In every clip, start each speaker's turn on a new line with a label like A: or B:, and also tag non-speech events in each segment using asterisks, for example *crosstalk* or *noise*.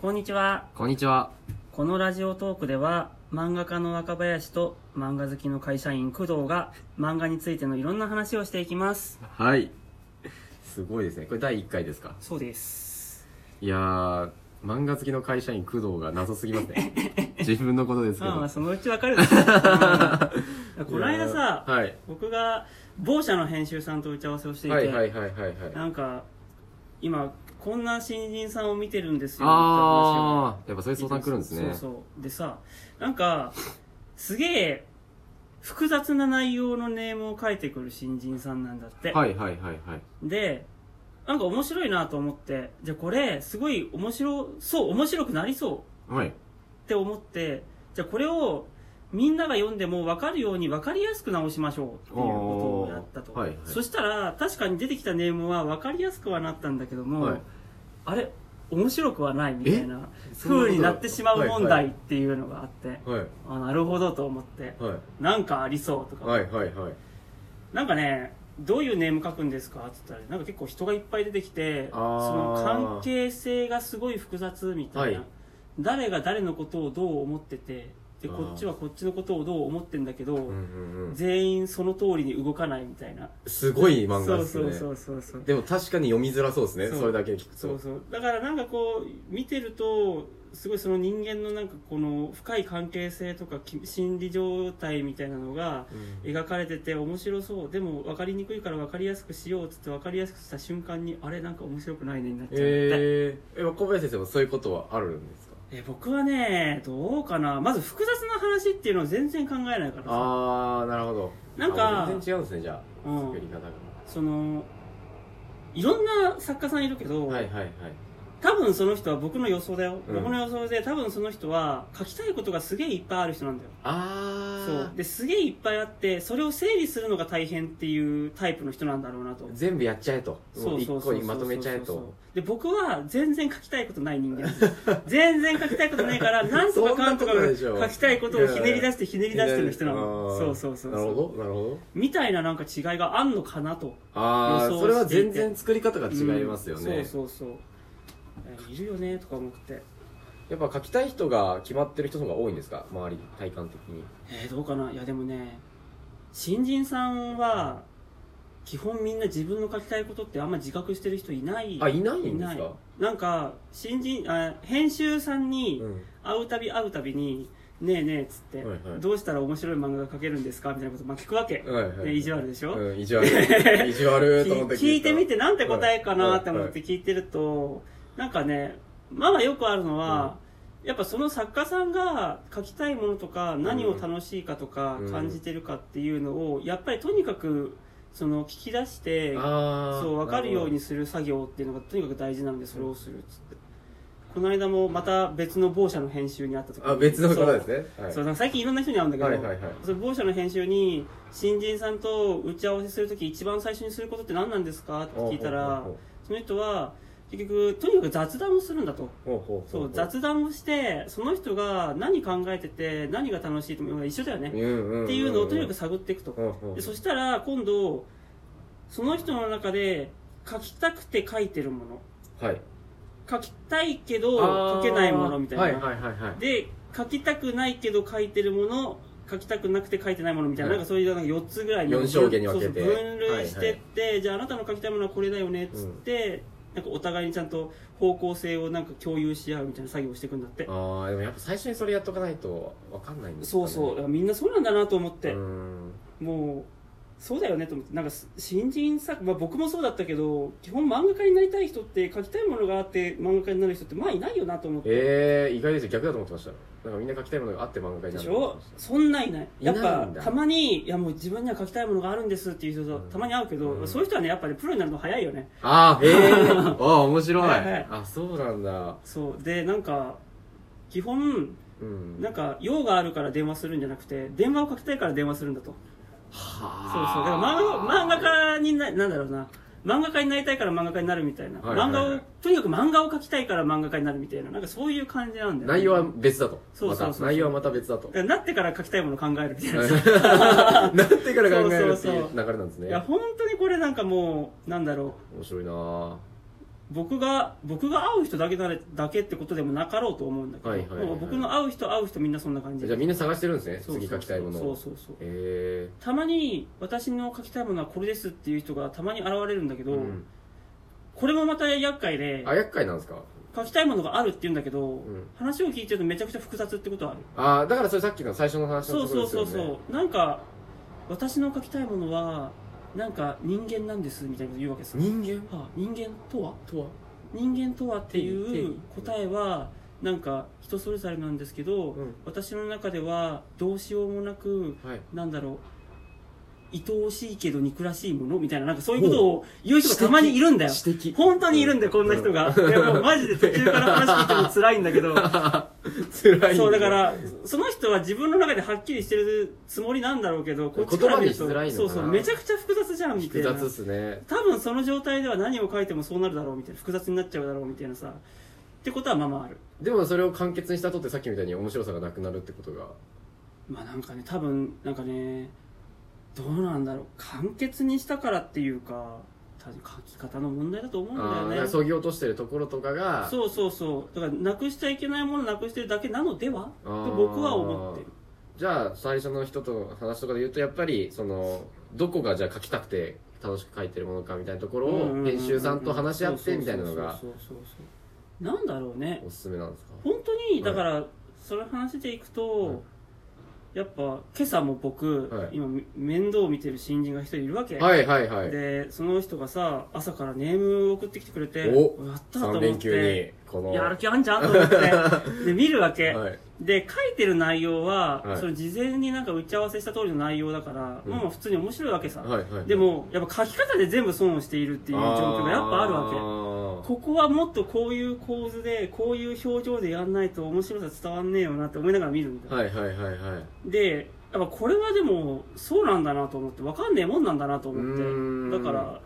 A: こんにちは。
B: こんにちは。
A: このラジオトークでは、漫画家の若林と漫画好きの会社員工藤が漫画についてのいろんな話をしていきます。
B: はい。すごいですね。これ第1回ですか。
A: そうです。
B: いやー、漫画好きの会社員工藤が謎すぎますね。 *laughs* 自分のことですけど。
A: まあまあ、
B: こ
A: そのうちわかるでしょ。うんこの間さ、
B: はい。
A: 僕が某社の編集さんと打ち合わせをしていて、
B: はいはいはいはいはい。
A: なんか、今、こんな新人さんを見てるんですよ、
B: あー、やっぱそうい
A: み
B: う
A: たいな話を
B: 相談来るんですね。
A: そうそう。でさ、なんか、すげえ、複雑な内容のネームを書いてくる新人さんなんだって。
B: はいはいはいはい。
A: でなんか面白いなと思ってじゃあこれすごい面白そう面白くなりそう
B: はい。
A: って思ってじゃあこれをみんなが読んでも分かるように分かりやすく直しましょうっていうことをやったと、
B: おーはいはい
A: そしたら確かに出てきたネームは分かりやすくはなったんだけども、
B: はい
A: あれ面白くはないみたいな
B: そんなこと
A: 風になってしまう問
B: はい
A: 題
B: は
A: っ
B: い
A: ていうのがあって、
B: はい。
A: あなるほどと思って
B: はい。
A: なんかありそうとか、
B: はいはいはい。
A: なんかねどういうネーム書くんですかって言ったらなんか結構人がいっぱい出てきてそ
B: あー
A: の関係性がすごい複雑みたいな、
B: はい
A: 誰が誰のことをどう思っててで
B: あー
A: こっちはこっちのことをどう思ってんだけど、
B: うんうんうん。
A: 全員その通りに動かないみたいな
B: すごい漫画ですね。
A: そうそうそうそう
B: でも確かに読みづらそうですね。
A: そう
B: それだけ聞くと。
A: そうそうだからなんかこう見てるとすごいその人間のなんかこの深い関係性とかき心理状態みたいなのが
B: うん
A: 描かれてて面白そうでも分かりにくいから分かりやすくしようっつって分かりやすくした瞬間にあれなんか面白くないねになっちゃって、
B: えー、え若林先生もそういうことはあるんですか
A: え僕はねどうかなまず複雑な話っていうのを全然考えないからさ、
B: あー、なるほど。
A: なんか
B: あ全然違うんですね、じゃあ。
A: うん
B: 作り方が。
A: そのいろんな作家さんいるけど、
B: はいはいはい。
A: 多分その人は僕の予想だよ、
B: うん
A: 僕の予想で多分その人は書きたいことがすげえいっぱいある人なんだよ
B: あ
A: そ
B: ー。
A: うですげえいっぱいあってそれを整理するのが大変っていうタイプの人なんだろうなと
B: 全部やっちゃえともう一個にまとめちゃえと
A: で僕は全然書きたいことない人間です全然書きたいことない
B: *laughs*
A: からなんとかかんとか
B: そんなことないでしょ
A: 書きたいことをひねり出してひねり出してる人なの
B: あー
A: そうそうそう
B: なる
A: そう
B: ほどなるほど
A: みたいななんか違いがあんのかなと
B: ああ
A: 予想していて
B: それは全然作り方が違いますよね、
A: うんそうそうそうえーいるよねとか思って
B: やっぱ書きたい人が決まってる人の方が多いんですか周り体感的に
A: えーどうかないやでもね新人さんは基本みんな自分の書きたいことってあんま自覚してる人いない
B: あいないんですか
A: なんか新人あ編集さんに、
B: うん
A: 会うたび会うたびに「ねえねえ」っつって、
B: はいはい
A: どうしたら面白い漫画が描けるんですか?」みたいなことまあ聞くわけ、
B: はいはい
A: ね意地悪でしょ、
B: うん意地
A: *laughs*
B: 悪意地悪
A: き
B: と思って
A: 聞いてみてなんて答えかなって思っ
B: はいは
A: て聞いてると、なんかねまあよくあるのは、やっぱその作家さんが書きたいものとか何を楽しいかとか
B: うん
A: 感じてるかっていうのをやっぱりとにかくその聞き出して
B: ああ
A: そう分かるようにする作業っていうのがとにかく大事なのでそれをするっつってこの間もまた別の某社の編集に会った時に
B: あ別の方ですねはい
A: そうなんか最近いろんな人に会うんだけど、
B: はいはいはい
A: その某社の編集に新人さんと打ち合わせするとき一番最初にすることって何なんですかって聞いたら
B: ほう
A: その人は結局とにかく雑談をするんだと
B: ほうほうほ
A: そう
B: ほ
A: う雑談をしてその人が何考えてて何が楽しいとも一緒だよね
B: うんうんうん
A: っていうのをとにかく探っていくと
B: ほうほう
A: でそしたら今度その人の中で書きたくて書いてるもの
B: はい
A: 書きたいけど書けないものみたいな、
B: はいはいはいはい
A: で書きたくないけど書いてるもの書きたくなくて書いてないものみたいな,、
B: はい
A: なんかそういうなんか4つぐらいの
B: 四象限に分けて
A: そうそう分類してって、じゃああなたの書きたいものはこれだよねっつって、なんかお互いにちゃんと方向性をなんか共有し合うみたいな作業をしていくんだって
B: ああでもやっぱ最初にそれやっとかないとわかんないんですか
A: そ
B: ね
A: うそうだからみんなそうなんだなと思って、
B: うーん
A: もうそうだよねと思ってなんかす新人作、まあ、僕もそうだったけど基本漫画家になりたい人って書きたいものがあって漫画家になる人ってまあいないよなと思って、
B: ええ意外ですよ逆だと思ってましたなんかみんな書きたいものがあって漫画家に
A: で
B: な
A: し
B: ると思っ
A: ょ
B: てまし
A: そんないないやっ
B: いな
A: ぱ
B: いんだ
A: たまにいやもう自分には書きたいものがあるんですっていう人と
B: うん
A: たまに会うけど、
B: うん
A: そういう人はねやっぱりプロになるの早いよね
B: たああええああ面白い、
A: はいはい
B: あそうなんだ
A: そうでなんか基本
B: うん
A: なんか用があるから電話するんじゃなくて電話をかけたいから電話するんだとそうそうだ
B: は
A: から漫画漫画家にななんだろうな漫画家になりたいから漫画家になるみたいな、
B: はいはいはい
A: 漫画をとにかく漫画を描きたいから漫画家になるみたいななんかそういう感じなんだよね、
B: 内容は別だと
A: そうそうそうそう
B: また内容はまた別だと
A: *laughs* だからなってから描きたいものを考えるみたいな、い
B: *laughs* なってから考え
A: そ
B: る
A: う
B: って
A: そう
B: いう
A: そう
B: 流れなんですね
A: や本当にこれなんかもうなんだろ
B: 面白いなぁ
A: う僕が僕が会う人だけなれだけってことでもなかろうと思うんだけど、
B: はいはいはいはい
A: もう僕の会う人会う人みんなそんな感じ
B: じゃあみんな探してるんですね
A: そうそう
B: 次書きたいもの
A: そう
B: を
A: そうそう
B: え
A: たまに私の書きたいものはこれですっていう人がたまに現れるんだけ
B: え
A: ど、
B: うん
A: これもまた厄介で
B: あ厄介なんですか
A: 書きたいものがあるって言うんだけど、
B: ん
A: 話を聞いてるとめちゃくちゃ複雑ってことはある
B: ああだからそれさっきの最初の話の
A: そう
B: ところ
A: そう
B: です
A: そ
B: よ
A: う
B: ね
A: そうなんか私の書きたいものはなんか人間なんですみたいなこと言うわけですよ、
B: 人間
A: はあ、人間とは
B: とは
A: 人間とはって
B: 定
A: い
B: 義
A: う答えはなんか人それぞれなんですけど、
B: うん
A: 私の中ではどうしようもなく
B: はい
A: なんだろう愛おしいけど憎らしいものみたいななんかそういうことを言う人がたまにいるんだよ
B: 指摘
A: 本当にいるんだよこんな人が、いやもうマジで途中から話聞いても辛いんだけど
B: *laughs* 辛い
A: そうだからその人は自分の中ではっきりしてるつもりなんだろうけどこっちから見ると
B: 言葉にしづらいのか
A: そ
B: な
A: うそうめちゃくちゃ複雑じゃんみた
B: 複
A: いな
B: 雑っすね
A: 多分その状態では何を書いてもそうなるだろうみたいな複雑になっちゃうだろうみたいなさってことはまあまあある
B: でもそれを簡潔にしたとってさっきみたいに面白さがなくなるってことが
A: まあなんかね多分なんかねどうなんだろう簡潔にしたからっていうか多分書き方の問題だと思うん
B: あ
A: だ
B: ーだか
A: よ
B: ら
A: ねそう
B: そぎ落としてるところとかが
A: そうそうだからなくしちゃいけないものなくしてるだけなのでは
B: あー
A: と僕は思ってる
B: じゃあ最初の人と話とかで言うとやっぱりそのどこがじゃあ書きたくて楽しく書いてるものかみたいなところ
A: うんうんうんう
B: を
A: ん
B: 編集さんと話し合ってみたいなのが
A: そうそうそうそうなんだろうね
B: おすすめなんですか
A: 本当にだから、その話でいくと、
B: はい
A: やっぱ今朝も僕、
B: はい
A: 今面倒を見てる新人が一人いるわけ、
B: はいはいはい
A: でその人がさ朝からネームを送ってきてくれてや
B: お
A: ったと
B: 3
A: 思
B: 連
A: っ
B: 休
A: て
B: にこの
A: やる気あんじゃんと思って
B: *laughs*
A: で見るわけ、
B: はい
A: で書いてる内容は、
B: はい
A: その事前になんか打ち合わせした通りの内容だから、
B: うん
A: もう普通に面白いわけさ、
B: はいはい
A: でもやっぱ書き方で全部損をしているっていう状況がやっぱあるわけ
B: わ
A: ここはもっとこういう構図でこういう表情でやんないと面白さ伝わんねえよなって思いながら見るんだよ、
B: はいはいはいはい
A: でやっぱこれはでもそうなんだなと思って分かんねえもんなんだなと
B: うー
A: 思って
B: ん
A: だから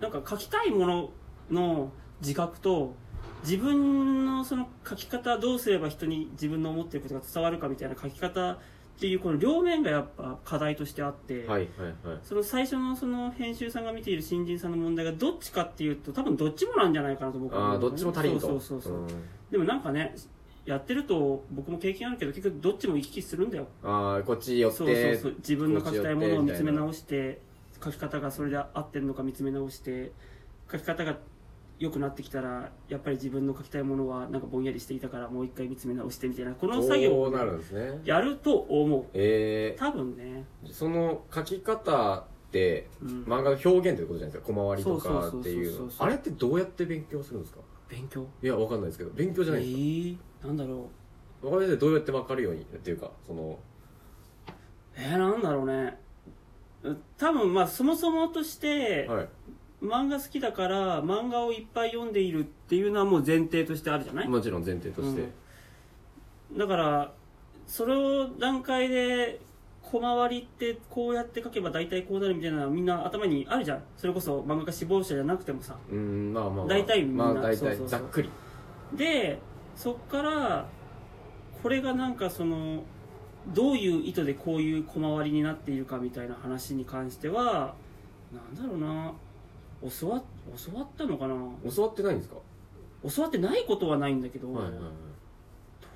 A: なんか書きたいものの自覚と自分のその書き方どうすれば人に自分の思ってることが伝わるかみたいな書き方っていうこの両面がやっぱ課題としてあって、
B: はいはいはい
A: その最初のその編集さんが見ている新人さんの問題がどっちかっていうと多分どっちもなんじゃないかなと僕は
B: あ
A: 思
B: あ
A: う
B: どっちも足りんと
A: そうそうそうそう、
B: ん
A: でもなんかねやってると僕も経験あるけど結局どっちも行き来するんだよ
B: ああこっち寄っ
A: そうそう
B: て
A: そう自分の書きたいものを見つめ
B: こ
A: 直して書き方がそれで合ってるのか見つめ直して書き方が良くなってきたらやっぱり自分の書きたいものはなんかぼんやりしていたからもう一回見つめ直してみたいなこの作業
B: こ
A: を
B: う
A: ね
B: なるんですね
A: やると思う
B: え
A: 多分ね、
B: えその書き方って
A: うん、
B: 漫画の表現ということじゃないですか小回りとか
A: そうそうそうそうそう
B: っていうあれってどうやって勉強するんですか
A: 勉強
B: いやわかんないですけど勉強じゃないです
A: えーなんだろ
B: わかりませんどうやってわかるようにっていうかその
A: うえー、なんだろうねう多分まあそもそもとして、
B: はい
A: 漫画好きだから漫画をいっぱい読んでいるっていうのはもう前提としてあるじゃない、
B: もちろん前提として
A: だからそれを段階で小回りってこうやって書けば大体こうなるみたいなのはみんな頭にあるじゃんそれこそ漫画家志望者じゃなくてもさ
B: うんまあまあまあ
A: 大体みんな
B: まあ大
A: そうそう
B: 体
A: そう
B: ざっくり
A: でそっからこれがなんかそのどういう意図でこういう小回りになっているかみたいな話に関してはなんだろうな教わ教わったのかな
B: 教わってないんですか
A: 教わってないことはないんだけど、
B: はいはいはい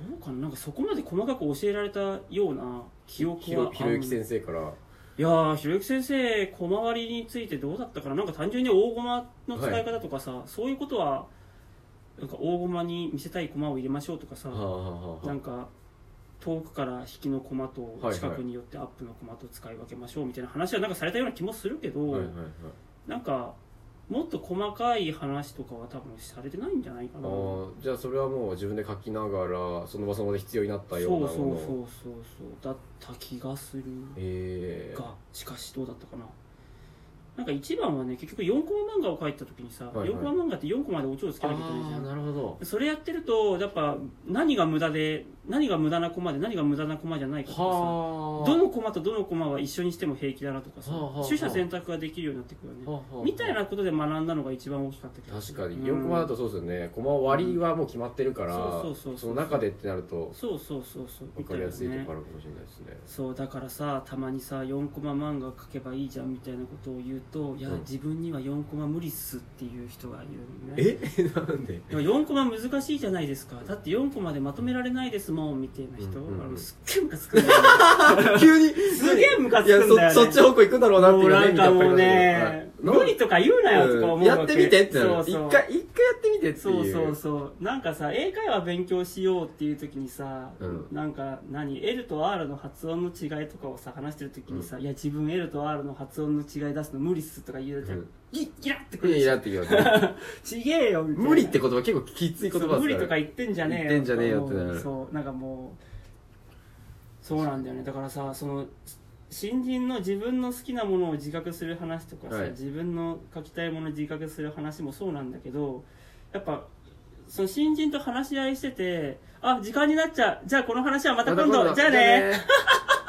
A: どうかななんかそこまで細かく教えられたような記憶
B: ひ
A: は
B: ろひろゆき先生から
A: いやーひろゆき先生小回りについてどうだったかななんか単純に大駒の使い方とかさ、そういうことはなんか大駒に見せたい駒を入れましょうとかさ、
B: はあはあはあ
A: な
B: は
A: んか遠くから引きの駒と
B: はいはい
A: 近くによってアップの駒と使い分けましょうみたいな話はなんかされたような気もするけど、
B: あはいはいはい
A: なんかもっと細かい話とかは多分されてないんじゃないか
B: あ
A: な
B: ーじゃあそれはもう自分で書きながらその場その場で必要になった
A: そう
B: よう
A: そ
B: な
A: うそう
B: もの
A: そうそうだった気がする。
B: ええ
A: がしかしどうだったかななんか一番はね結局4コマ漫画を描いた時にさ、
B: はいはい
A: 4コマ漫画って4コマでオチをつけ
B: あ
A: なきゃいけないじゃ
B: あ
A: ん
B: なるほど
A: それやってるとやっぱ何が無駄で何が無駄なコマで何が無駄なコマじゃないかとかさ
B: はあ
A: どのコマとどのコマは一緒にしても平気だなとかさ
B: はあはあはあ
A: 取捨選択ができるようになってくるよね
B: はあはあ
A: みたいなことで学んだのが一番大きかったけど
B: 確か
A: うん
B: に4コマだとそうですよね駒割りはもう決まってるから
A: そうそうそうそう
B: その中でってなると
A: そうそうそうそう
B: 分かりやすいと
A: みた
B: こ
A: な
B: あ
A: ね
B: るかもしれないですね
A: そうだからさたまにさ4コマ漫画描けばいいじゃんみたいなことを言うといや、
B: うん
A: 自分には4コマ無理っすっていう人がいるのね
B: え *laughs* な
A: *laughs*
B: んで
A: でも4コマ難しいじゃないですかだって4コマでまとめられないですもんみたいな人、
B: うんうんうん
A: あのすっげえムカつくんだよ
B: *laughs*
A: ね
B: 急に
A: すげえムカつ
B: いや
A: くんだよ、ね、
B: そそっち方向行くんだろうなって
A: も
B: いうう
A: な
B: ね
A: んかもう
B: 見た
A: ね
B: ことある
A: 無理とか言うなよとか
B: う
A: 思
B: ん
A: うわけ
B: やってみてってなる
A: そうそう
B: 一回一回やってみてって
A: そう
B: いう
A: そうそうなんかさ英会話勉強しようっていう時にさ、
B: うん
A: なんか何 L と R の発音の違いとかをさ話してる時にさ、いや自分 L と R の発音の違い出すの無理っすとか言うじゃん、
B: うん
A: ギッギラってく
B: いや
A: る
B: い
A: じゃ
B: や
A: ん
B: って言うよね
A: ちげえよみたいな
B: 無理って言葉結構きつい言葉
A: そ
B: ですか
A: う
B: ら
A: 無理とか言ってんじゃねえよ
B: 言ってんじゃねえよってなる
A: そうなんかもうそうなんだよねだからさその新人の自分の好きなものを自覚する話とかさ、
B: はい
A: 自分の書きたいものを自覚する話もそうなんだけどやっぱその新人と話し合いしててあ時間になっちゃうじゃあこの話はまた今度じゃあね
B: また今度